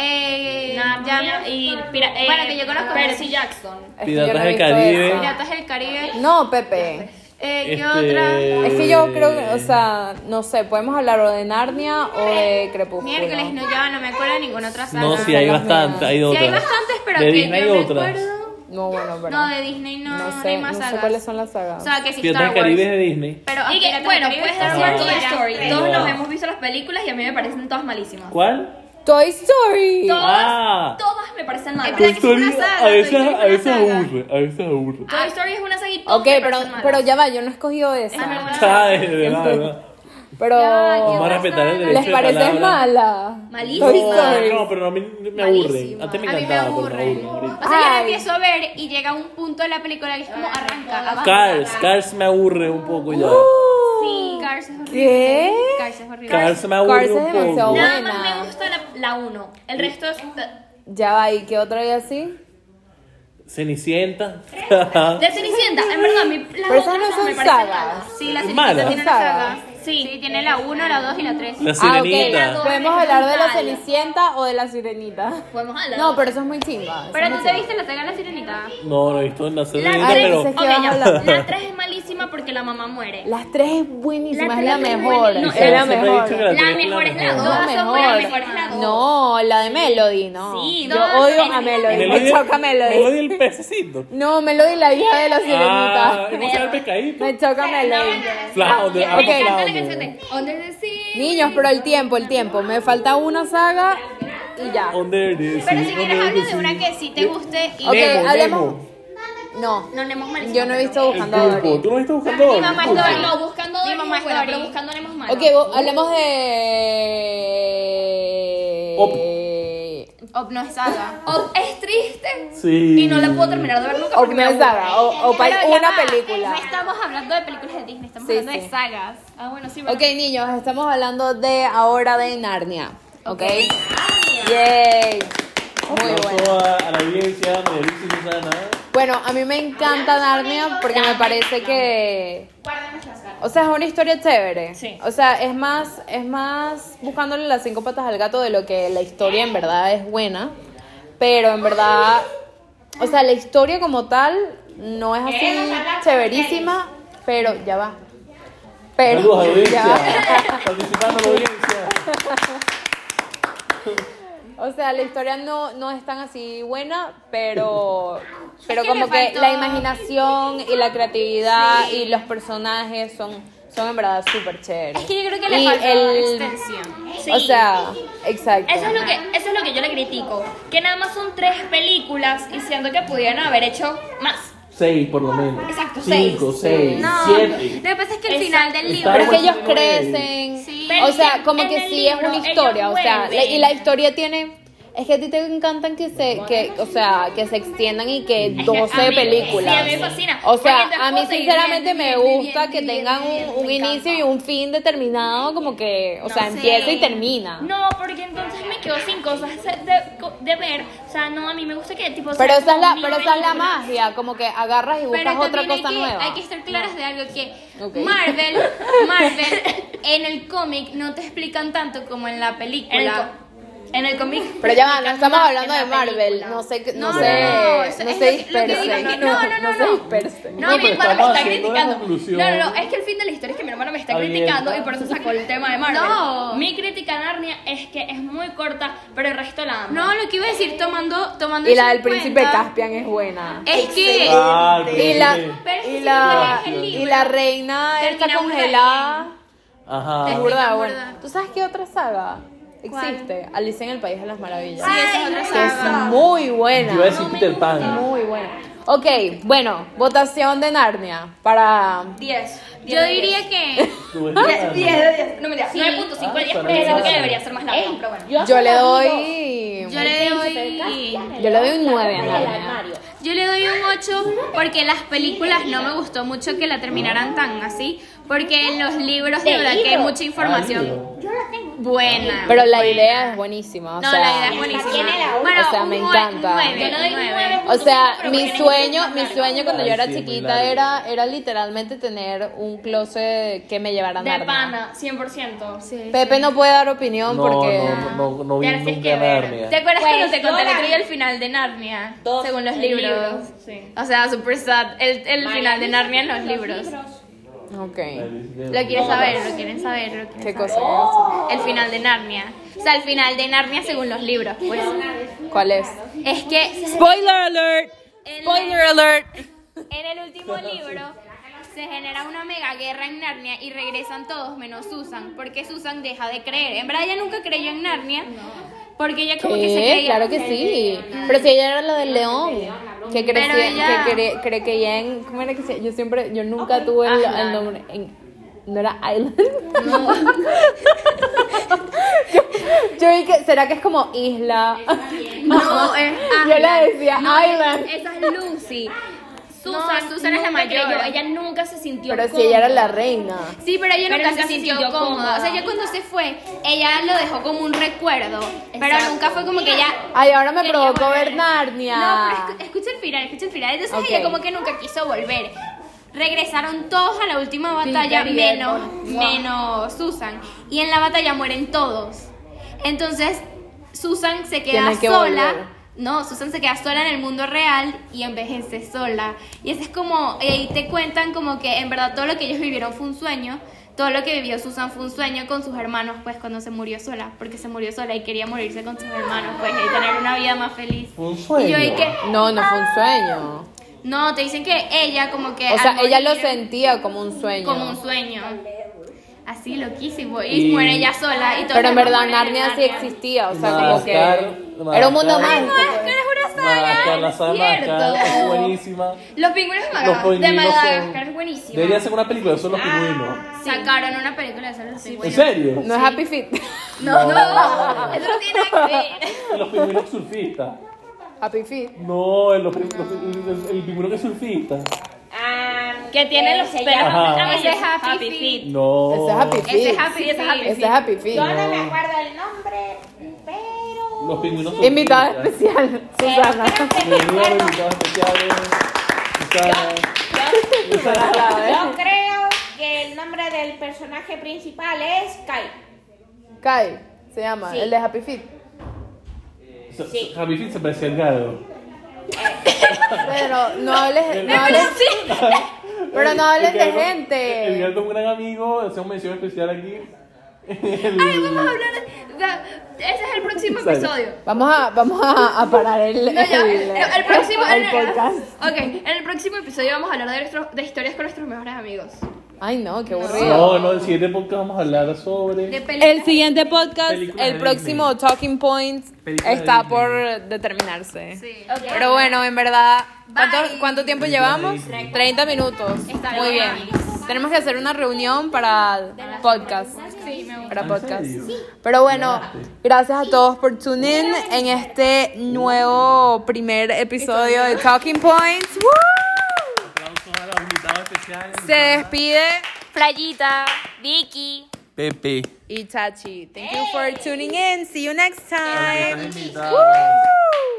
Speaker 2: Eh, ya- y pira- eh,
Speaker 4: Bueno, que yo conozco
Speaker 2: Percy
Speaker 4: Jackson.
Speaker 2: Jackson.
Speaker 1: Es que yo no
Speaker 5: Piratas
Speaker 1: he
Speaker 5: del
Speaker 1: visto
Speaker 5: Caribe.
Speaker 1: esa.
Speaker 2: Piratas del Caribe.
Speaker 1: No, Pepe.
Speaker 2: Eh, ¿Qué
Speaker 5: Este-
Speaker 2: otra?
Speaker 1: Es que yo creo que, o sea, no sé, podemos hablar o de Narnia o de Crepúsculo.
Speaker 2: Miércoles, no, ya no me acuerdo de ninguna otra saga.
Speaker 5: No, sí, hay bastante, hay
Speaker 2: Sí,
Speaker 5: otras.
Speaker 2: hay bastantes, pero
Speaker 5: de
Speaker 2: que
Speaker 5: Disney
Speaker 2: yo
Speaker 5: hay
Speaker 2: me
Speaker 5: otras.
Speaker 2: acuerdo.
Speaker 1: No, bueno, pero
Speaker 2: No, de Disney no,
Speaker 1: no
Speaker 2: no
Speaker 1: sé,
Speaker 2: hay
Speaker 1: no
Speaker 2: más
Speaker 1: sé
Speaker 2: sagas.
Speaker 1: cuáles son las sagas.
Speaker 2: O sea, que sí,
Speaker 5: Piratas
Speaker 2: Star
Speaker 5: del
Speaker 2: Wars.
Speaker 5: Caribe es de Disney.
Speaker 2: Pero,
Speaker 4: Y que,
Speaker 2: Piratas del
Speaker 4: bueno,
Speaker 2: Caribe
Speaker 4: puedes
Speaker 2: está
Speaker 4: hacer
Speaker 2: Eh, bueno. pues,
Speaker 4: Toy
Speaker 2: Ya.
Speaker 4: Story. Todos
Speaker 5: No.
Speaker 4: nos hemos visto las películas y a mí me parecen todas malísimas.
Speaker 5: ¿Cuál?
Speaker 1: Toy Story.
Speaker 4: Todas,
Speaker 5: Ah.
Speaker 4: todas me parecen malas.
Speaker 2: plan, es una saga,
Speaker 5: a veces,
Speaker 2: Toy Story es
Speaker 5: a veces
Speaker 2: una saga.
Speaker 5: aburre, a veces aburre.
Speaker 4: Toy Story es una saga y todas
Speaker 1: Ok,
Speaker 4: me
Speaker 1: pero,
Speaker 4: parecen malas.
Speaker 1: pero ya va, yo no he escogido esa.
Speaker 5: Ah, es verdad, verdad. Vamos a
Speaker 1: Pero
Speaker 5: respetar el derecho
Speaker 1: les
Speaker 5: de
Speaker 1: parece
Speaker 5: palabra.
Speaker 1: mala.
Speaker 4: Malísima.
Speaker 1: Toy Story.
Speaker 5: No, pero a mí me aburre. Antes me
Speaker 2: A mí me
Speaker 5: encantaba, pero
Speaker 2: aburre.
Speaker 5: me aburre.
Speaker 2: O sea, yo la
Speaker 1: Ay.
Speaker 2: empiezo a ver y llega un punto de la película que es como arranca, avanza.
Speaker 5: Cars, Cars me aburre un poco ya.
Speaker 2: Sí, Cars es horrible.
Speaker 1: ¿Qué?
Speaker 2: Cars es horrible.
Speaker 5: Cars me
Speaker 1: Cars
Speaker 5: aburre
Speaker 1: es
Speaker 5: un
Speaker 1: demasiado
Speaker 5: poco.
Speaker 1: buena.
Speaker 4: Nada más me gusta la- la 1. El resto es. De
Speaker 1: Ya va, ¿y qué otra hay así?
Speaker 5: Cenicienta.
Speaker 4: Cenicienta, en verdad, mi, las
Speaker 1: Pero
Speaker 4: otras
Speaker 1: esas no
Speaker 4: no
Speaker 1: son
Speaker 4: me parecen
Speaker 1: sagas.
Speaker 4: malas.
Speaker 2: Sí, la
Speaker 5: Es
Speaker 2: Cenicienta
Speaker 5: mala.
Speaker 2: tiene una saga.
Speaker 1: Saga.
Speaker 2: Sí. sí, tiene la 1, la 2 y la 3.
Speaker 5: La
Speaker 1: Ah, ok.
Speaker 5: sirenita.
Speaker 1: Podemos hablar de la Cenicienta o de la Sirenita.
Speaker 4: Podemos hablar.
Speaker 1: No, pero eso es muy chimba. eso es
Speaker 2: Pero
Speaker 1: muy
Speaker 2: tú te
Speaker 1: chimba.
Speaker 2: viste la saga de la sirenita.
Speaker 5: No, no he visto la sirenita,
Speaker 1: tres
Speaker 5: pero.
Speaker 1: es-
Speaker 4: Ok,
Speaker 1: ¿Qué
Speaker 4: ya.
Speaker 1: vas a hablar?
Speaker 4: La 3 es malísima porque la mamá muere.
Speaker 1: Las tres es buenísima,
Speaker 4: La
Speaker 1: es la
Speaker 4: tres es
Speaker 1: mejor.
Speaker 4: buenísima.
Speaker 1: es la
Speaker 5: Siempre he
Speaker 1: mejor.
Speaker 5: dicho que
Speaker 4: La
Speaker 5: tres
Speaker 4: mejor es la
Speaker 5: mejor.
Speaker 1: No,
Speaker 4: dos. Todas son buenas,
Speaker 1: mejor.
Speaker 4: mejor es la dos.
Speaker 1: No, la de Melody, no.
Speaker 4: Sí,
Speaker 1: Yo
Speaker 4: no,
Speaker 1: odio
Speaker 4: es-
Speaker 1: a Melody.
Speaker 5: Melody,
Speaker 1: Me choca Melody.
Speaker 5: Melody el pececito.
Speaker 1: No, Melody la hija de la sirenita.
Speaker 5: Ah, ¿cómo se llama el pescadito?
Speaker 1: Me choca Melody. Ah,
Speaker 5: Flash on the-
Speaker 4: Me encanta la
Speaker 5: Flash on
Speaker 4: canción
Speaker 5: the-
Speaker 4: de Under the Sea.
Speaker 1: Niños, pero el tiempo, el tiempo. Me falta una saga y ya. Ok,
Speaker 5: Under the
Speaker 2: Pero si
Speaker 5: sea,
Speaker 2: quieres
Speaker 5: under
Speaker 2: hablo
Speaker 5: the
Speaker 2: de una
Speaker 5: sea.
Speaker 2: que sí te guste y
Speaker 5: Nemo,
Speaker 1: hablemos.
Speaker 5: Nemo.
Speaker 1: No,
Speaker 4: No, Nemo es malísimo.
Speaker 1: yo no he visto
Speaker 5: El
Speaker 1: Buscando a
Speaker 5: pulpo.
Speaker 1: Dory.
Speaker 5: ¿Tú no viste buscando Dory?
Speaker 2: mamá es
Speaker 5: Pulpo.
Speaker 2: Dory.
Speaker 4: No, buscando
Speaker 2: Mi
Speaker 4: Dory
Speaker 2: mamá
Speaker 4: es
Speaker 2: es
Speaker 4: buena,
Speaker 2: Dory.
Speaker 4: pero buscando Nemo es malo.
Speaker 1: Ok, bo- hablemos de.
Speaker 2: Op no es saga.
Speaker 4: Oh, es triste.
Speaker 5: Sí.
Speaker 4: Y no la puedo terminar de ver nunca.
Speaker 1: O
Speaker 4: porque me
Speaker 1: una
Speaker 4: aburre.
Speaker 1: saga, o, o pa-
Speaker 2: Pero ya
Speaker 1: una
Speaker 2: va, No
Speaker 1: película.
Speaker 2: estamos hablando de películas de Disney, estamos
Speaker 1: Sí,
Speaker 2: hablando
Speaker 1: sí.
Speaker 2: de sagas. Ah, bueno, sí,
Speaker 1: Ok, niños, estamos hablando de ahora de Narnia. Ok. Yay. Muy
Speaker 5: Aplauso
Speaker 1: bueno.
Speaker 5: a, a la audiencia, María Luisa y Susana.
Speaker 1: Bueno, a mí me encanta Narnia porque me parece que. O sea, es una historia chévere.
Speaker 4: Sí.
Speaker 1: O sea, es más, es más buscándole las cinco patas al gato de lo que la historia en verdad es buena. Pero en verdad O sea, la historia como tal no es así
Speaker 6: Queremos hablar con
Speaker 1: chéverísima, pero ya va. Pero
Speaker 5: Saludos, audiencia.
Speaker 1: ya va.
Speaker 5: Participando la audiencia.
Speaker 1: O sea, la historia no, no es tan así buena, pero, pero
Speaker 2: que
Speaker 1: como
Speaker 2: le
Speaker 1: que
Speaker 2: faltó-
Speaker 1: la imaginación y la creatividad y los personajes son, son en verdad súper chéveres.
Speaker 2: Es que yo creo que le
Speaker 1: Y
Speaker 2: faltó
Speaker 1: el-
Speaker 2: extensión.
Speaker 1: O sea, exacto.
Speaker 6: Eso es, lo que, eso es lo que yo le critico, que nada más son tres películas y siento que pudieran haber hecho más.
Speaker 5: Seis, por lo menos.
Speaker 6: Exacto,
Speaker 5: Cinco, seis,
Speaker 2: No,
Speaker 5: siete.
Speaker 2: lo que pasa es que el
Speaker 6: Exacto.
Speaker 2: final del libro.
Speaker 5: Está
Speaker 1: Pero es que
Speaker 5: bueno,
Speaker 1: ellos
Speaker 5: sí,
Speaker 1: crecen.
Speaker 2: Sí.
Speaker 1: O
Speaker 6: Pero
Speaker 1: sea,
Speaker 6: en-
Speaker 1: como
Speaker 6: en
Speaker 1: que
Speaker 6: el
Speaker 1: sí es una
Speaker 6: libro,
Speaker 1: historia. O
Speaker 6: ellos
Speaker 1: sea, la- y
Speaker 6: vuelven.
Speaker 1: la historia tiene. Es que a ti te encantan que se, que, o sea, que se extiendan y que
Speaker 6: que
Speaker 1: 12
Speaker 6: a mí-
Speaker 1: películas.
Speaker 6: sí, a mí me fascina.
Speaker 1: O sea,
Speaker 6: Porque te
Speaker 1: a mí
Speaker 6: esposa y
Speaker 1: sinceramente
Speaker 6: bien,
Speaker 1: me
Speaker 6: bien, bien,
Speaker 1: gusta que
Speaker 6: bien,
Speaker 1: tengan
Speaker 6: bien,
Speaker 1: un, un
Speaker 6: me encanta.
Speaker 1: inicio y un fin determinado, como que, o sea,
Speaker 6: No sé.
Speaker 1: empieza y termina.
Speaker 6: No, porque entonces me quedo sin cosas de, de ver. O sea, no, a mí me gusta que tipo.
Speaker 1: pero
Speaker 6: sea
Speaker 1: esa es la,
Speaker 6: mil
Speaker 1: pero esa es la
Speaker 6: películas.
Speaker 1: magia, como que agarras y buscas
Speaker 2: Pero
Speaker 1: otra
Speaker 2: también hay
Speaker 1: cosa
Speaker 2: que-
Speaker 1: nueva.
Speaker 2: Hay que estar claras de algo que
Speaker 1: Ok.
Speaker 2: Marvel, Marvel en el cómic no te explican tanto como en la
Speaker 6: En el,
Speaker 2: película.
Speaker 6: co- en el cómic.
Speaker 1: Pero ya va, no estamos
Speaker 6: más
Speaker 1: hablando
Speaker 6: en
Speaker 1: de
Speaker 6: la
Speaker 1: Marvel,
Speaker 6: película.
Speaker 1: no sé, qué- no,
Speaker 2: No,
Speaker 1: sé,
Speaker 2: no,
Speaker 1: no,
Speaker 2: eso
Speaker 1: se
Speaker 2: es lo que- lo que
Speaker 1: dispersen.
Speaker 2: digo, que no, no, no,
Speaker 1: se
Speaker 2: no.
Speaker 1: dispersen.
Speaker 6: No,
Speaker 5: No,
Speaker 6: mi
Speaker 5: pero
Speaker 6: hermano me
Speaker 5: estamos
Speaker 6: está
Speaker 5: haciendo una
Speaker 6: criticando.
Speaker 5: conclusión.
Speaker 6: No, no, no, es que el fin de la historia es que mi hermano me está
Speaker 5: Está bien.
Speaker 6: criticando y por eso sacó el tema de Marvel.
Speaker 2: No.
Speaker 6: Mi crítica a Narnia es que es muy corta, pero el resto la amo.
Speaker 2: No, lo que iba a decir tomando, tomando
Speaker 1: Y
Speaker 2: eso
Speaker 1: la
Speaker 2: en
Speaker 1: del príncipe
Speaker 2: cuenta, Eh,
Speaker 1: Caspian es buena.
Speaker 2: Es que
Speaker 5: Ah, el
Speaker 1: Y la,
Speaker 5: príncipe.
Speaker 6: Pero ese
Speaker 1: y
Speaker 6: sí
Speaker 1: la,
Speaker 6: lo leí en el
Speaker 1: y
Speaker 6: libro.
Speaker 1: la reina está
Speaker 6: Terminamos
Speaker 1: congelada. Ah.
Speaker 5: Ajá.
Speaker 1: Burda,
Speaker 2: Está
Speaker 1: bueno.
Speaker 2: burda.
Speaker 1: ¿Tú sabes qué otra saga
Speaker 2: ¿Cuál? Ah.
Speaker 1: existe? Alicia en el País de las Maravillas.
Speaker 6: Ah,
Speaker 2: Sí, esa es otra
Speaker 1: Que es
Speaker 2: saga.
Speaker 1: muy
Speaker 5: Yo iba a
Speaker 1: buena.
Speaker 5: decir Peter Pan.
Speaker 1: Muy buena. Ok, bueno, votación de Narnia para...
Speaker 6: 10.
Speaker 2: yo diría que
Speaker 5: Tú ves-
Speaker 6: No, mentira,
Speaker 2: Sí.
Speaker 6: 9.5 de 10,
Speaker 5: Ah,
Speaker 6: pero Eh, siento que
Speaker 5: pero-
Speaker 6: debería ser más largo, pero bueno.
Speaker 1: Yo le doy...
Speaker 2: yo le doy
Speaker 1: Yo le doy un 9 a Narnia.
Speaker 2: yo le doy un 8 porque las películas no me gustó mucho que la terminaran tan así, porque en los libros de verdad que hay mucha información
Speaker 5: Ah,
Speaker 6: Yo la tengo.
Speaker 2: buena.
Speaker 1: Pero la idea es buenísima. O
Speaker 2: no,
Speaker 1: sea,
Speaker 2: la idea es buenísima.
Speaker 6: tiene la
Speaker 2: Bueno,
Speaker 1: O sea,
Speaker 2: un
Speaker 1: me
Speaker 2: nue-
Speaker 1: encanta.
Speaker 2: nueve,
Speaker 6: Yo le doy
Speaker 2: nueve.
Speaker 6: nueve.
Speaker 1: O sea,
Speaker 6: Pero
Speaker 1: mi
Speaker 6: porque
Speaker 1: sueño,
Speaker 6: necesito
Speaker 1: mi
Speaker 6: más
Speaker 1: sueño cuando yo
Speaker 5: Ay,
Speaker 1: era
Speaker 5: sí, es muy
Speaker 1: chiquita
Speaker 5: largo.
Speaker 1: era, era literalmente tener un closet que me llevara a
Speaker 6: De
Speaker 1: Narnia.
Speaker 6: pana, 100%.
Speaker 1: Pepe no puede dar opinión
Speaker 5: No,
Speaker 1: porque
Speaker 5: no, no, no, no vi
Speaker 6: Ya las tienes
Speaker 5: nunca
Speaker 6: que ver.
Speaker 5: Narnia.
Speaker 2: ¿Te acuerdas
Speaker 6: Pues,
Speaker 2: cuando te conté
Speaker 6: yo
Speaker 2: la
Speaker 6: la-
Speaker 2: historia al final de Narnia?
Speaker 6: Dos.
Speaker 2: según los
Speaker 6: El
Speaker 2: libros.
Speaker 6: libro, sí.
Speaker 2: O sea, super sad. El, el final de Narnia en los libros.
Speaker 1: Ok.
Speaker 2: Lo quieren saber, lo quieren saber, lo quieren
Speaker 1: Qué
Speaker 2: saber.
Speaker 1: cosa.
Speaker 2: El final de Narnia. O sea, el final de Narnia según los libros, pues.
Speaker 1: ¿Cuál es?
Speaker 2: Es que
Speaker 1: Spoiler alert.
Speaker 2: en,
Speaker 1: Spoiler alert.
Speaker 2: en el último libro se genera una mega guerra en Narnia y regresan todos menos Susan, porque Susan deja de creer. En verdad ella nunca creyó en Narnia, porque ella como que se
Speaker 1: ¿Qué?
Speaker 2: creía.
Speaker 1: Claro que sí. Pero si ella era la del león, que
Speaker 2: Pero
Speaker 1: crecía,
Speaker 2: ella-
Speaker 1: que cre, cre- que ya en, ¿cómo era que se- Yo siempre, yo nunca tuve el, el nombre en no era island. yo, yo vi que será que es como isla.
Speaker 2: No, es
Speaker 1: Yo
Speaker 2: Aslan.
Speaker 1: le decía
Speaker 2: No,
Speaker 1: Island.
Speaker 2: Esa es Lucy. Susan,
Speaker 6: Susan,
Speaker 2: Susan es la
Speaker 6: nunca
Speaker 2: mayor.
Speaker 6: creyó, Ella nunca se sintió
Speaker 1: Pero si
Speaker 6: cómoda.
Speaker 1: ella era la reina.
Speaker 2: Sí, pero ella
Speaker 6: Pero
Speaker 2: nunca se sintió, cómoda. O sea, ella cuando se fue, ella lo dejó como un recuerdo. Pero
Speaker 6: Exacto.
Speaker 2: nunca fue como que ella.
Speaker 1: Ay, ahora me
Speaker 2: Quería
Speaker 1: provocó
Speaker 2: volver.
Speaker 1: ver Narnia.
Speaker 2: No, pero escu- escucha el final, escucha el final. Entonces
Speaker 1: Ok.
Speaker 2: ella como que nunca quiso volver. Regresaron todos a la última batalla,
Speaker 1: Peter y
Speaker 2: menos,
Speaker 1: Edmund.
Speaker 2: menos Susan. Y en la batalla mueren todos. Entonces, Susan se queda
Speaker 1: Tiene que
Speaker 2: sola.
Speaker 1: volver.
Speaker 2: No, Susan se queda sola en el mundo real y envejece sola. Y eso es como, eh, y te cuentan como que en verdad todo lo que ellos vivieron fue un sueño. Todo lo que vivió Susan fue un sueño con sus hermanos, pues cuando se murió sola, porque se murió sola y quería morirse con sus hermanos, pues y tener una vida más feliz.
Speaker 5: Fue un sueño.
Speaker 2: Y yo y que,
Speaker 1: No, no fue un sueño.
Speaker 2: no, te dicen que ella como que...
Speaker 1: O sea,
Speaker 2: Eh, al
Speaker 1: ella lo
Speaker 2: morir,
Speaker 1: sentía como un sueño.
Speaker 2: Como un sueño. Así loquísimo. Y, muere ella sola y todo
Speaker 1: Pero en verdad Narnia sí existía, o sea, como que era un mundo
Speaker 5: Madagascar.
Speaker 1: mágico.
Speaker 2: Madagascar es una saga.
Speaker 5: Madagascar, la saga de
Speaker 2: es cierto.
Speaker 5: Madagascar es buenísima.
Speaker 2: Los pingüinos de
Speaker 5: Los
Speaker 2: Madagascar, de
Speaker 5: pingüinos
Speaker 2: Madagascar es
Speaker 5: son-
Speaker 2: buenísimo.
Speaker 5: Debería ser una película, son los pingüinos.
Speaker 2: Sacaron una película de esos los
Speaker 5: ¿En
Speaker 6: pues,
Speaker 2: pingüinos.
Speaker 5: serio?
Speaker 1: No es Happy Feet.
Speaker 2: No,
Speaker 6: ah.
Speaker 2: no, eso no tiene que ver.
Speaker 5: Los pingüinos surfistas.
Speaker 1: Happy Feet.
Speaker 5: No, el, los- los- el- el- el pingüino que es surfista.
Speaker 6: Que tiene los perros.
Speaker 5: llama-
Speaker 6: Ah,
Speaker 2: Ese es Happy
Speaker 6: Happy
Speaker 2: Feet.
Speaker 6: Feet.
Speaker 3: Oh.
Speaker 5: No.
Speaker 1: Ese es Happy Feet.
Speaker 2: Ese es Happy
Speaker 6: Sí, ese es Happy
Speaker 2: Feet.
Speaker 1: Ese es Happy Feet.
Speaker 6: Yo no me
Speaker 5: acuerdo el nombre, pero. Los pingüinos surfistas.
Speaker 1: Invitada especial, Susana.
Speaker 5: Bienvenidos, invitados especiales. Susana. Susana.
Speaker 7: Yo creo que el nombre del personaje principal es Kai.
Speaker 1: Kai se llama,
Speaker 7: Sí.
Speaker 1: el de Happy Feet.
Speaker 5: Su- su- Happy Feet se parecía al gado.
Speaker 1: Pero no hables, no hables, pero no hablen de gente.
Speaker 3: El gato es un gran amigo, hacemos mención especial aquí.
Speaker 2: Ay, vamos a hablar. de- Ese es el próximo
Speaker 3: Sale.
Speaker 2: episodio.
Speaker 1: Vamos a, vamos a, a parar el,
Speaker 2: No, ya,
Speaker 1: el-
Speaker 2: el, el próximo.
Speaker 1: el
Speaker 2: en-
Speaker 1: podcast.
Speaker 2: ok, en el próximo episodio vamos a hablar de, nuestros- de historias con nuestros mejores amigos.
Speaker 1: Ay, no, qué aburrido.
Speaker 3: No, no, el siguiente podcast vamos a hablar
Speaker 2: De
Speaker 6: Eh,
Speaker 3: sobre.
Speaker 2: películas.
Speaker 1: El siguiente podcast,
Speaker 3: Películas de
Speaker 1: el próximo Talking Point
Speaker 3: Películas de
Speaker 1: está
Speaker 3: Disney.
Speaker 1: por determinarse.
Speaker 2: Sí.
Speaker 1: Pero bueno, en verdad, ¿cuánto,
Speaker 2: Bye.
Speaker 1: cuánto tiempo llevamos? 30 minutos.
Speaker 2: Está
Speaker 1: Muy
Speaker 2: bien.
Speaker 1: bien. Tenemos que hacer una reunión para podcast. Para
Speaker 3: ¿En
Speaker 1: podcast.
Speaker 3: serio?
Speaker 1: Pero bueno, gracias a todos por tuning in en este nuevo primer episodio de Talking Points. ¡Woo!
Speaker 8: Aplausos a los invitados especiales.
Speaker 1: Se despide
Speaker 5: Playita, Vicky.
Speaker 3: Pepe.
Speaker 1: Itachi. Thank you for tuning in. See you next time.
Speaker 8: Invitados.
Speaker 1: Woo!